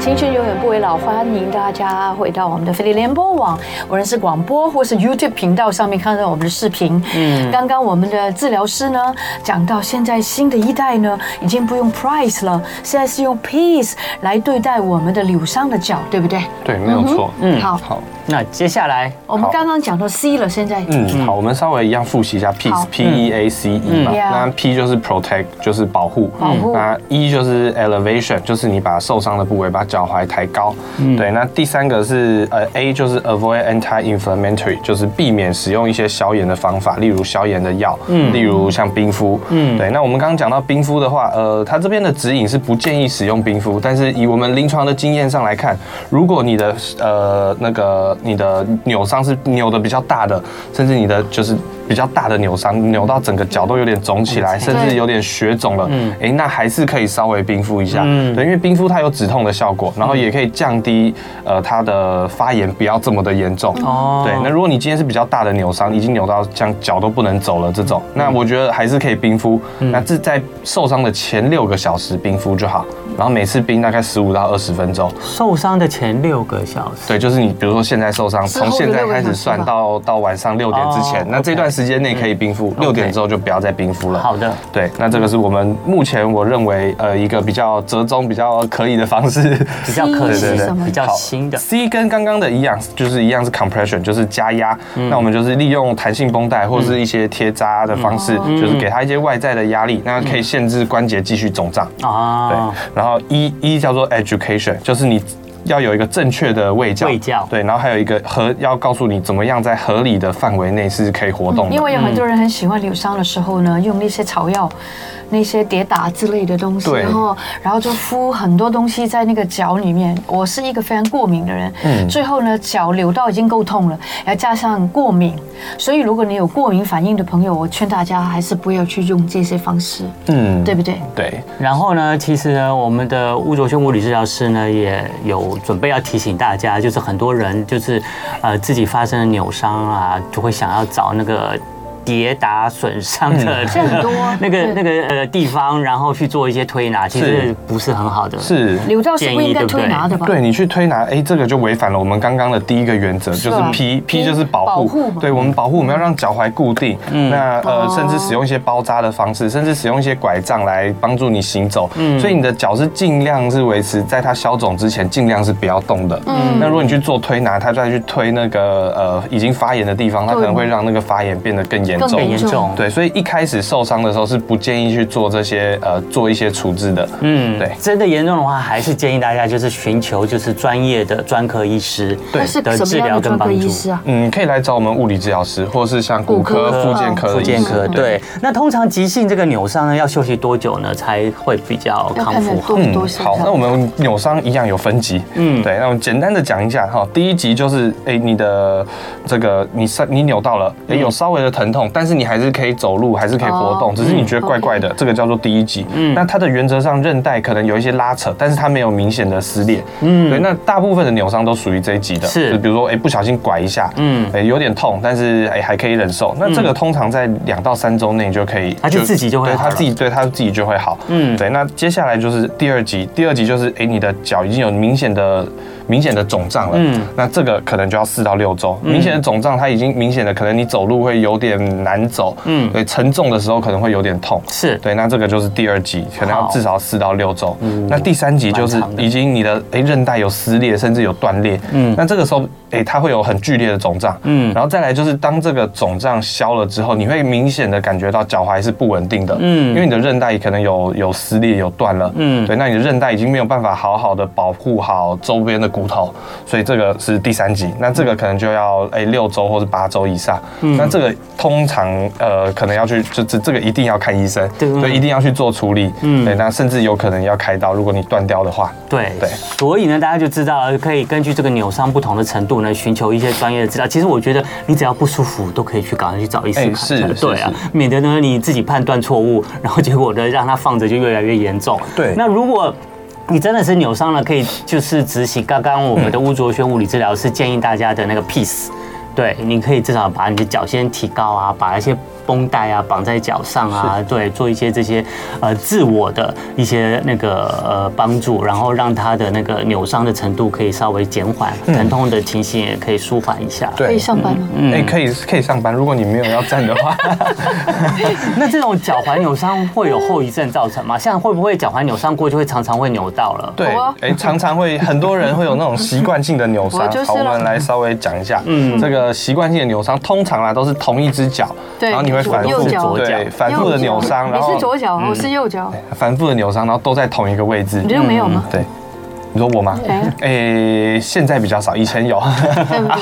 青春永远不会老，欢迎大家回到我们的飞碟联播网，无论是广播或是 YouTube 频道上面看到我们的视频。嗯，刚刚我们的治疗师呢讲到，现在新的一代呢已经不用 price 了，现在是用 peace 来对待我们的柳伤的脚，对不对？
对，没有错。
嗯，好，
好，
那接下来
我们刚刚讲到 C 了，现在
嗯，好，我们稍微一样复习一下 peace
好
P E A C E 嘛，
Yeah
那 P 就是 protect 就是保护，
嗯保护
那 E 就是 elevation 就是你把受伤的部位把脚踝抬高，对，那第三个是呃 A 就是 avoid anti-inflammatory 就是避免使用一些消炎的方法，例如消炎的药，例如像冰敷，嗯，对，那我们刚刚讲到冰敷的话，呃，它这边的指引是不建议使用冰敷，但是以我们临床的经验上来看，如果你的呃那个你的扭伤是扭的比较大的，甚至你的就是比较大的扭伤，扭到整个脚都有点肿起来，甚至有点血肿了，
嗯
哎、那还是可以稍微冰敷一下，对，因为冰敷它有止痛的效果，然后也可以降低呃它的发炎不要这么的严重。
哦
对，那如果你今天是比较大的扭伤，已经扭到像脚都不能走了这种，
嗯
那我觉得还是可以冰敷。那这在受伤的前六个小时冰敷就好，然后每次冰大概十五到二十分钟。
受伤的前六个小时，
对，就是你比如说现在受伤，
之后
从现在开
的六个小
始
时吧
算到到晚上六点之前
哦，
那
OK 嗯
这段时间内可以冰敷，六点之后就不要再冰敷了。
好的，
对，那这个是我们目前我认为呃一个比较折中、比较可以的方式。
比较可
对
惜
对对
的，比较
好
新的，
C 跟刚刚的一样，就是一样是 compression，就是加压。
嗯
那我们就是利用弹性绷带或是一些贴扎的方式，
嗯
就是给它一些外在的压力，那可以限制关节继续肿胀。对
啊，，
然后一一叫做 education，就是你。要有一个正确的位教，
卫教
对，然后还有一个合要告诉你怎么样在合理的范围内是可以活动的，
因为有很多人很喜欢扭伤的时候呢，用那些草药、
嗯
那些跌打之类的东西，
对
然后然后就敷很多东西在那个脚里面。我是一个非常过敏的人，
嗯
最后呢脚扭到已经够痛了，要加上过敏，所以如果你有过敏反应的朋友，我劝大家还是不要去用这些方式，
嗯，
对不对？
对，
然后呢，其实呢，我们的吴卓轩物理治疗师呢，也有准备要提醒大家，就是很多人就是呃自己发生了扭伤啊，就会想要找那个跌打损伤 [LAUGHS]
嗯
的、
这很多
那个
对
那个呃地方，然后去做一些推拿，其
是
实不是很好的。
是，
扭到是不应该
建议对不对
推拿的吧？
对你去推拿，哎，这个就违反了我们刚刚的第一个原则，就
是
是
啊
P P
P
就是保
保护
护
嘛，
对我们保护，我们要让脚踝固定，那呃
哦，
甚至使用一些包扎的方式，甚至使用一些拐杖来帮助你行走，
嗯
所以你的脚是尽量是维持在它消肿之前，尽量是不要动的。
嗯
那如果你去做推拿，它再去推那个呃已经发炎的地方，它可能会让那个发炎变得更严
更
重
严。
严重
对，所以一开始受伤的时候是不建议去做这些呃做一些处置的。
嗯
对
真的严重的话，还是建议大家就是寻求就是专业的专科医师
那是
的
什么
治
样
疗
的专
跟帮
科医
助。
师啊？
嗯，可以来找我们物理治疗师，或是像骨
骨
科、
科
复健科的
哦复
医
健
师
科对，那通常急性这个扭伤呢，要休息多久呢才会比较
要
康
看
复嗯
看
好？
多多少
嗯好，那我
少。
们扭伤一样有分级，嗯，对，那我们简单的讲一下哈。第一级就是，哎、你的这个你稍你扭到了，
嗯
哎、有稍微的疼痛，但是你还是可以走路，还是可以活动，
哦
只是
嗯
你觉得怪怪的，这个叫做第一级。嗯，那它的原则上韧带可能有一些拉扯，但是它没有明显的撕裂，嗯，对。那大部分的扭伤都属于这一级的，
是
就比如说，哎、不小心拐一下，嗯，哎、有点痛，但是哎、还可以忍受。那这个通常在两到三周内就可以，
嗯它就自己就会
对
好
它
了
自己对它自己就会好。嗯，对。那接下来就是第二级，第二级就是诶，你的脚已经有明显的明显的肿胀了。嗯，那这个可能就要四到六周。明显的肿胀，它已经明显的可能你走路会有点难走。嗯，对，沉重的时候可能会有点痛。
是
对，那这个就是第二级，可能要
好
至少四到六周。那第三级就是
蛮长的
已经你的诶韧带有撕裂，甚至有断裂。嗯，那这个时候诶诶、它会有很剧烈的肿胀，嗯，然后再来就是当这个肿胀消了之后，你会明显的感觉到脚踝是不稳定的，嗯，因为你的韧带可能有有撕裂、有断了，嗯，对，那你的韧带已经没有办法好好的保护好周边的骨头，所以这个是第三级，那这个可能就要诶六周或是八周以上，那这个通常呃可能要去就这这个一定要看医生，
对
对，一定要去做处理，嗯，对，那甚至有可能要开刀，如果你断掉的话，
对
对
所以呢，大家就知道了呃可以根据这个扭伤不同的程度呢，寻求一些专业的治疗。其实我觉得你只要不舒服，都可以去赶快去找医
哎
生看一下
是
对啊
是，
[LAUGHS] 免得呢你自己判断错误，然后结果呢让它放着就越来越严重。
对
那如果你真的是扭伤了，可以就是执行刚刚我们
嗯
的巫卓轩物理治疗师建议大家的那个 piece，对，你可以至少把你的脚先提高啊，把那些绷带啊绑在脚上啊，对，做一些这些呃自我的一些那个呃帮助，然后让他的那个扭伤的程度可以稍微减缓，疼痛的情形也可以舒缓一下。
嗯对
可以上班吗？
嗯
哎、可以可以上班，如果你没有要站的
[LAUGHS]
话，
那这种脚踝扭伤会有后遗症造成吗？像会不会脚踝扭伤过就会常常会扭到了？
对，哎、
好啊
常常会很多人会有那种习惯性的扭伤
我就。是
好，我
了
们来稍微讲一下，
嗯
嗯，这个习惯性的扭伤通常啊都是同一只脚，
对
然后你会反
右
复
脚
左脚
对反复的扭伤，然
你是
后
左
嗯
脚，我是右脚，
反复的扭伤，然后都在同一个位置嗯
你，这个没有吗？
对。你说我吗？
哎
诶、现在比较少，以前有， [LAUGHS] 啊，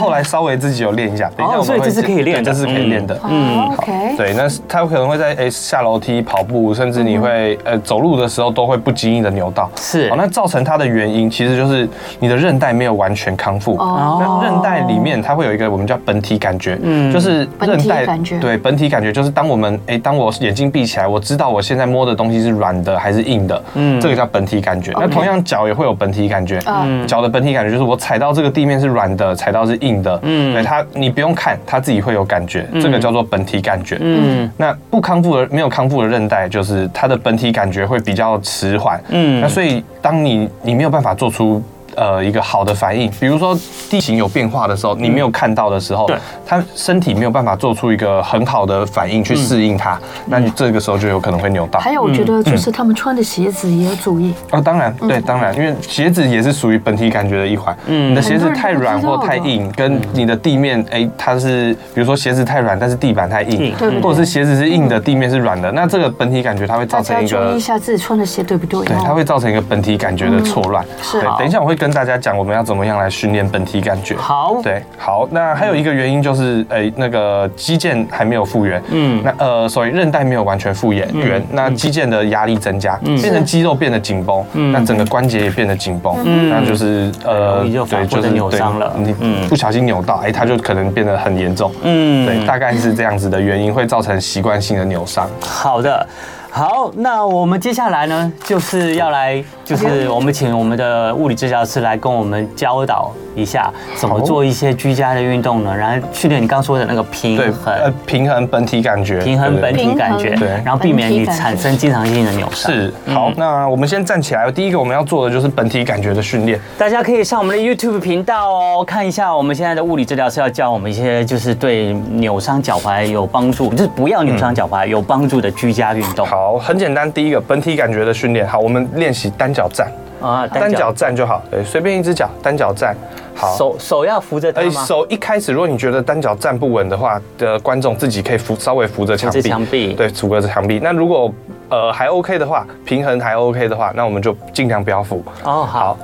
后来稍微自己有练一下。等一下
哦
我们
所以
会
这是可以
对
练的
这是可以
嗯
练的。
嗯，OK，
对，那是他可能会在诶、下楼梯、跑步，甚至你
嗯
会、呃走路的时候都会不经意的扭到。哦
是
好，那造成它的原因其实就是你的韧带没有完全康复。
哦，
那韧带里面它会有一个我们叫本体感觉，
嗯
就是
本体
韧带
感觉
对本体感觉就是当我们诶、当我眼睛闭起来，我知道我现在摸的东西是软的还是硬的，
嗯
嗯，这个叫本体感觉。那同样脚也会有本体感觉，
嗯
脚的本体感觉就是我踩到这个地面是软的，踩到是硬的，
嗯
嗯，对它你不用看，它自己会有感
嗯
觉，这个叫做本体感觉，
嗯
那不康复的没有康复的韧带，就是它的本体感觉会比较迟缓。
嗯
嗯，那所以当你你没有办法做出呃一个好的反应，比如说地形有变化的时候，你没有看到的时候，
对
它身体没有办法做出一个很好的反应去适应
嗯
它，那你这个时候就有可能会扭到。
还有我觉
嗯
得就是他们穿的鞋子也有注意，
啊，当然，对，当然，因为鞋子也是属于本体感觉的一环。嗯，你的鞋子太软或太硬，跟你的地面，哎，它是，比如说鞋子太软，但是地板太硬
硬，
对不对
或者是鞋子是硬的，地面是软的，那这个本体感觉它会
大家
造成一
注意
个
一，下自己穿的鞋对不对哦？
对，它会造成一个嗯本体感觉的错乱。
是
对，等一下我会跟大家讲我们要怎么样来训练本体感觉。
好，
对，好，那还有一个原因就是，哎、那个肌腱还没有复原，
嗯
嗯，那呃，所以韧带没有完全复原，原那肌腱的压力增加，
嗯
变成肌肉变得紧绷，那整个关节也变得紧绷，
嗯
那就是呃
容易就反复地扭伤了
对你不小心扭到，哎、它就可能变得很严重，
嗯
对，大概是这样子的原因会造成习惯性的扭伤。
好的，好，那我们接下来呢，就是要来，就是我们请我们的物理治疗师来跟我们教导一下，怎么
好
做一些居家的运动呢？然后训练你刚说的那个平
对，呃
衡，，
平衡本体感觉，
平衡
对
本体感觉
平
衡对，
然后避免你产生经常性的扭伤。
是好，
嗯
那我们先站起来。第一个我们要做的就是本体感觉的训练。
大家可以上我们的 YouTube 频道哦，看一下我们现在的物理治疗师要教我们一些就是对扭伤脚踝有帮助，就是不要扭伤脚踝有帮助的居家运动
好，很简单，第一个本体感觉的训练。好，我们练习单脚站，
啊。
单脚站就好，对，随便一只脚单脚站。好，
手手要扶着它
哎，
吗？
手一开始，如果你觉得单脚站不稳的话，的观众自己可以扶，稍微扶着墙
扶
壁，
着墙壁
对，扶着墙壁。那如果呃还 OK 的话，平衡还 OK 的话，那我们就尽量不要扶。
哦，好，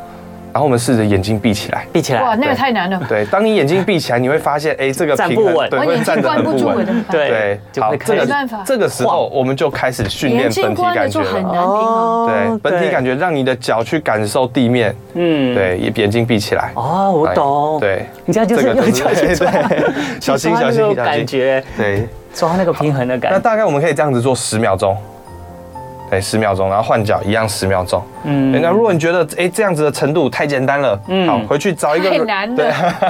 然后我们试着眼睛闭起来。
闭起来。
哇，那个
对
太难了，
对，当你眼睛闭起来，你会发现，哎，这个
站
平
不
衡
稳
对，
我
会
哦眼
站
睛
得
关
很
不
不
住我
稳
的。，
对
对，
就
好
会，
这
开始
个
没办法
这个时候我们就开始训
眼
练
睛
本体
关得
感
住
觉
很
了。
难平哦
哦
衡。
对，本体感觉让你的脚去感受地面，
嗯，
对，也眼睛闭起来。哎
哦，我懂，
对，
你这样就是用脚去抓，
对， [LAUGHS] 小心
去抓 [LAUGHS] 那种
小心小心，
感觉，
对。
抓那个平衡的感
那
觉，
大概我们可以这样子做十秒钟，对，十秒钟，然后换脚一样十秒钟。
嗯
对那如果你觉得哎这样子的程度太简单了，
嗯
好，回去找一个
太难了
对， [LAUGHS]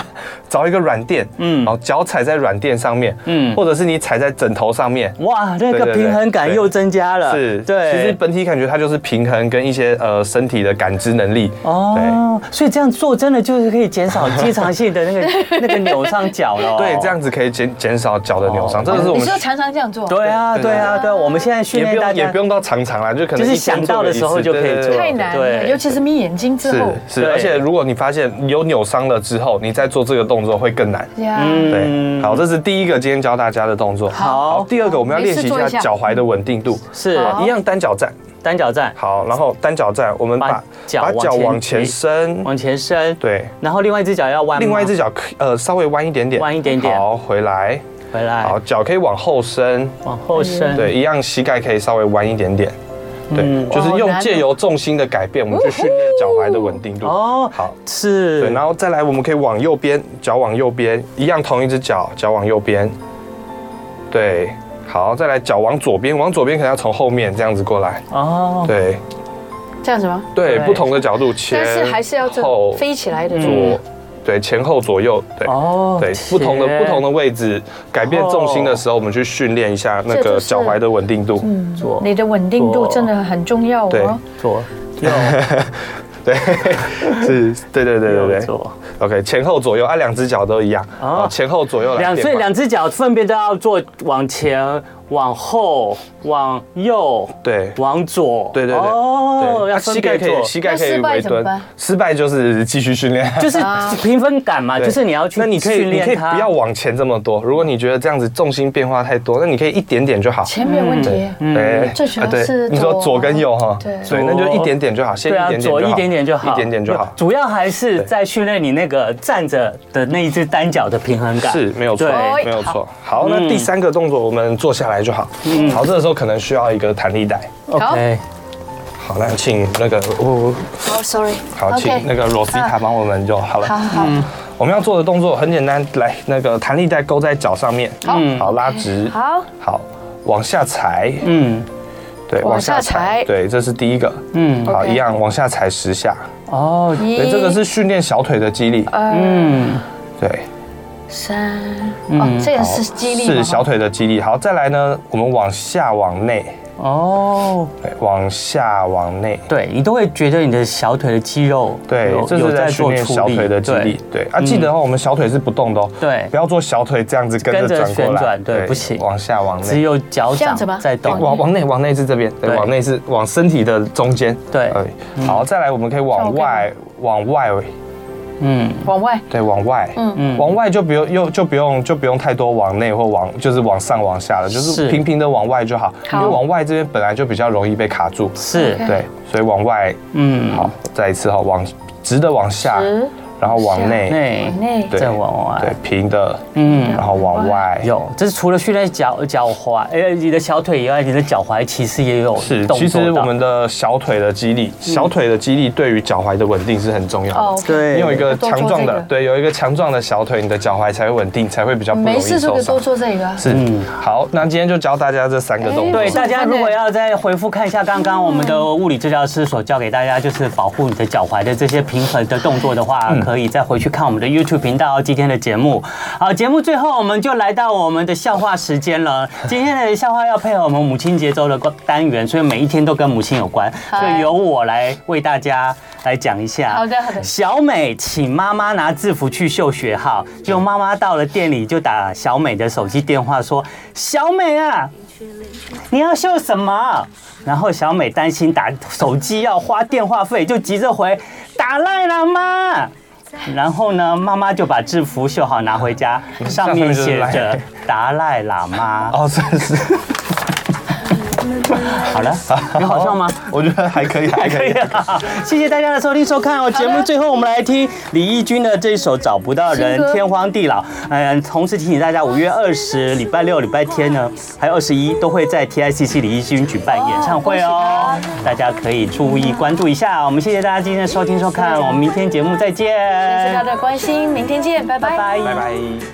找一个软垫，
嗯
嗯，好，脚踩在软垫上面，
嗯
嗯，或者是你踩在枕头上面，
哇，那个
对对对
平衡感
对
又增加了，
是，
对，
其实本体感觉它就是平衡跟一些呃身体的感知能力。
哦，所以这样做真的就是可以减少经常性的
[LAUGHS]
那个那个扭伤脚了哦，
对，这样子可以减减少脚的扭伤，这个是我
你
们
是。要常常这样做？
对啊，
对对
对啊，
对
对啊，我们现在
也
训
不
练大
用也
家
不。用到常常啦，就可能
就是
一天
想
做
到
个
的
一
时候
次
就
对
可以
对
做
对
太难了，
对
尤其是眯眼睛之后。
是是，
对
而且如果你发现有扭伤了之后，你再做这个动作会更难。
呀，
嗯对，好，这是第一个今天教大家的动作。
嗯好
第二个我们要练习
没事做
一
一
下
下
脚踝的稳定度，
是
好
一样单脚站。
单脚站，
好，然后单脚站，我们
把
把
脚
把
往
脚
前
往前
移
伸，
往前伸，，
对，
然后另外一只脚要弯吗，
另外一只脚可呃稍微弯一点点，
弯一点点哎
好，回来，
回来，
好，脚可以往后伸，
往后伸，
对，一样膝盖可以稍微弯一点点，对，
嗯
就是
嗯哇好
用
难哦
借由重心的改变，我们去训练脚踝的稳定度。
哦，
好，
是，
对，然后再来，我们可以往右边，脚往右边，一样同一只脚，脚往右边。对，好，再来脚往左边，往左边可能要从后面这样子过来。
哦，
对
这样子吗？
对，
对
不同的角度前
但是还是要这嗯
后嗯
飞起来的，
左，对前后左右，对
哦
对，
天
不同的不同的位置，改变重心的时候，我们去训练一下那
这
个
就是嗯
脚踝的稳定度。
左
你的稳定度真的很重要
对
哦。
[LAUGHS]
左右
对，是，对对对对
右
对。
左，
OK，前后左右，啊，两只脚都一样，
哦
啊，前后左右来
两
变
所以
换
两只脚分别都要做往前、往后、往右、
对。
往左，
对对对，
哦，
对
要
啊
分
膝
别
盖可
做
以，。膝盖
那
可以
失败
微
怎么
蹲
办，
失败就是继续训练。
就是
啊
评分感嘛，
对
就是你要去
[LAUGHS] 那你可以，
训
你可以
练它。
不要往前这么多。如果你觉得这样子重心变化太多，那你可以一点点就好。
前面有问
嗯
题，
嗯
对，
最主要
啊对
是
你说
左
左跟右哈，
对
对，那就一点点就好，先
对啊，
一点点就好，
左一点点就好，
一点点就好。
主要还是
对
在训练你那个站着的那一只单脚的平衡感。
是，没有错，
对
没有错。好，那
嗯
第三个动作我们坐下来就好。好，这个时候可能需要一个弹力带。
哦好
，OK，
好，那请那个哦，
哦，sorry，
好，请
OK
那个 Rosita 帮我们就好了。
好好
我们要做的动作很简单，来，那个弹力带勾在脚上面，嗯
好嗯
好，拉直，
好，
好，往下踩，
嗯
对，
往下踩
对，这是第一个，
嗯，
好，
OK
一样往下踩十下，
哦，
一呃
对，这个是训练小腿的肌力，
二
嗯，
对，
三，哦，这个是激励
是
嘛？
嗯小腿的肌力。好，再来呢，我们往下往内，
哦，
对，往下往内，
对你都会觉得你的小腿的肌肉
对，
有
这
有
是在训
做
练
出
小腿的肌
对嗯
力，对啊，记得哦，我们小腿是不动的哦，
对
不要做小腿这样子跟着
跟着
转过
旋
来，
转对不行
往下往内
只。有脚
这
掌
样子吗
在
哎
动，
往往内往内是这边，对，
对
往内是往身体的中间，
对
哎好，再来我们可以往外，往外，
嗯
往外，
对，往外，嗯嗯，往外就不用又就不用就不用太多往内或往就是往上往下了，就是
是
平平的往外就好，因
好
为往外这边本来就比较容易被卡住，
是，
OK
对，所以往外，
嗯，
好，再一次哈，往直的往下，
十，
然后往内，
内
往内，
哎对
再往
对
外，，
平的，
嗯。
然后往外，
有，这是除了训练脚脚踝，哎，你的小腿以外，你的脚踝其实也有
是，
动
其
作
实
到
我们的小腿的肌力，小腿的肌力对于脚踝的稳定是很重要
嗯
的。
哦，
对
你有一个
多做
强壮
这
的
个，
对，有一个强壮的小腿，你的脚踝才会稳定，才会比较不容易
没事就可
受
以多
伤。
做这个啊。
是，
嗯
好，那今天就教大家这三个动作
对
哎。
大家，如果要再回复看一下刚刚我们的物理治疗师所教给大家，就是保护你的脚踝的这些平衡的动作的话，
嗯
可以再回去看我们的 YouTube 频道今天的节目。好，节目最后我们就来到我们的笑话时
[LAUGHS]
间了。今天的笑话要配合我们母亲节周的单元，所以每一天都跟母亲有关，
好
所以由我来为大家来讲一下。
好的好的
小美请妈妈拿制服去秀学号，结果妈妈到了店里就打小美的手机电话说：“小美啊，你要秀什么？然后小美担心打手机要花电话费，就急着回打赖了妈。然后呢，妈妈就把制服绣好拿回家，上面写
上面就是
着
赖
达赖喇嘛。
哦，是是，
好了，有好笑吗？
[LAUGHS] 我觉得还可以，还
还可以。啊！ [LAUGHS] 谢谢大家的收听收看哦。节目最后我们来听李翊君的这首《找不到人
新》，歌
天荒地老。嗯，同时提醒大家，五月二十礼拜六、礼拜天呢，还有二十一都会在 TICC 李翊君举办演唱会哦，大家可以注意关注一下哦。我们谢谢大家今天的收听收看，我们明天节目再见，
呃谢谢大家的关心，明天见，拜拜。
拜拜。
拜。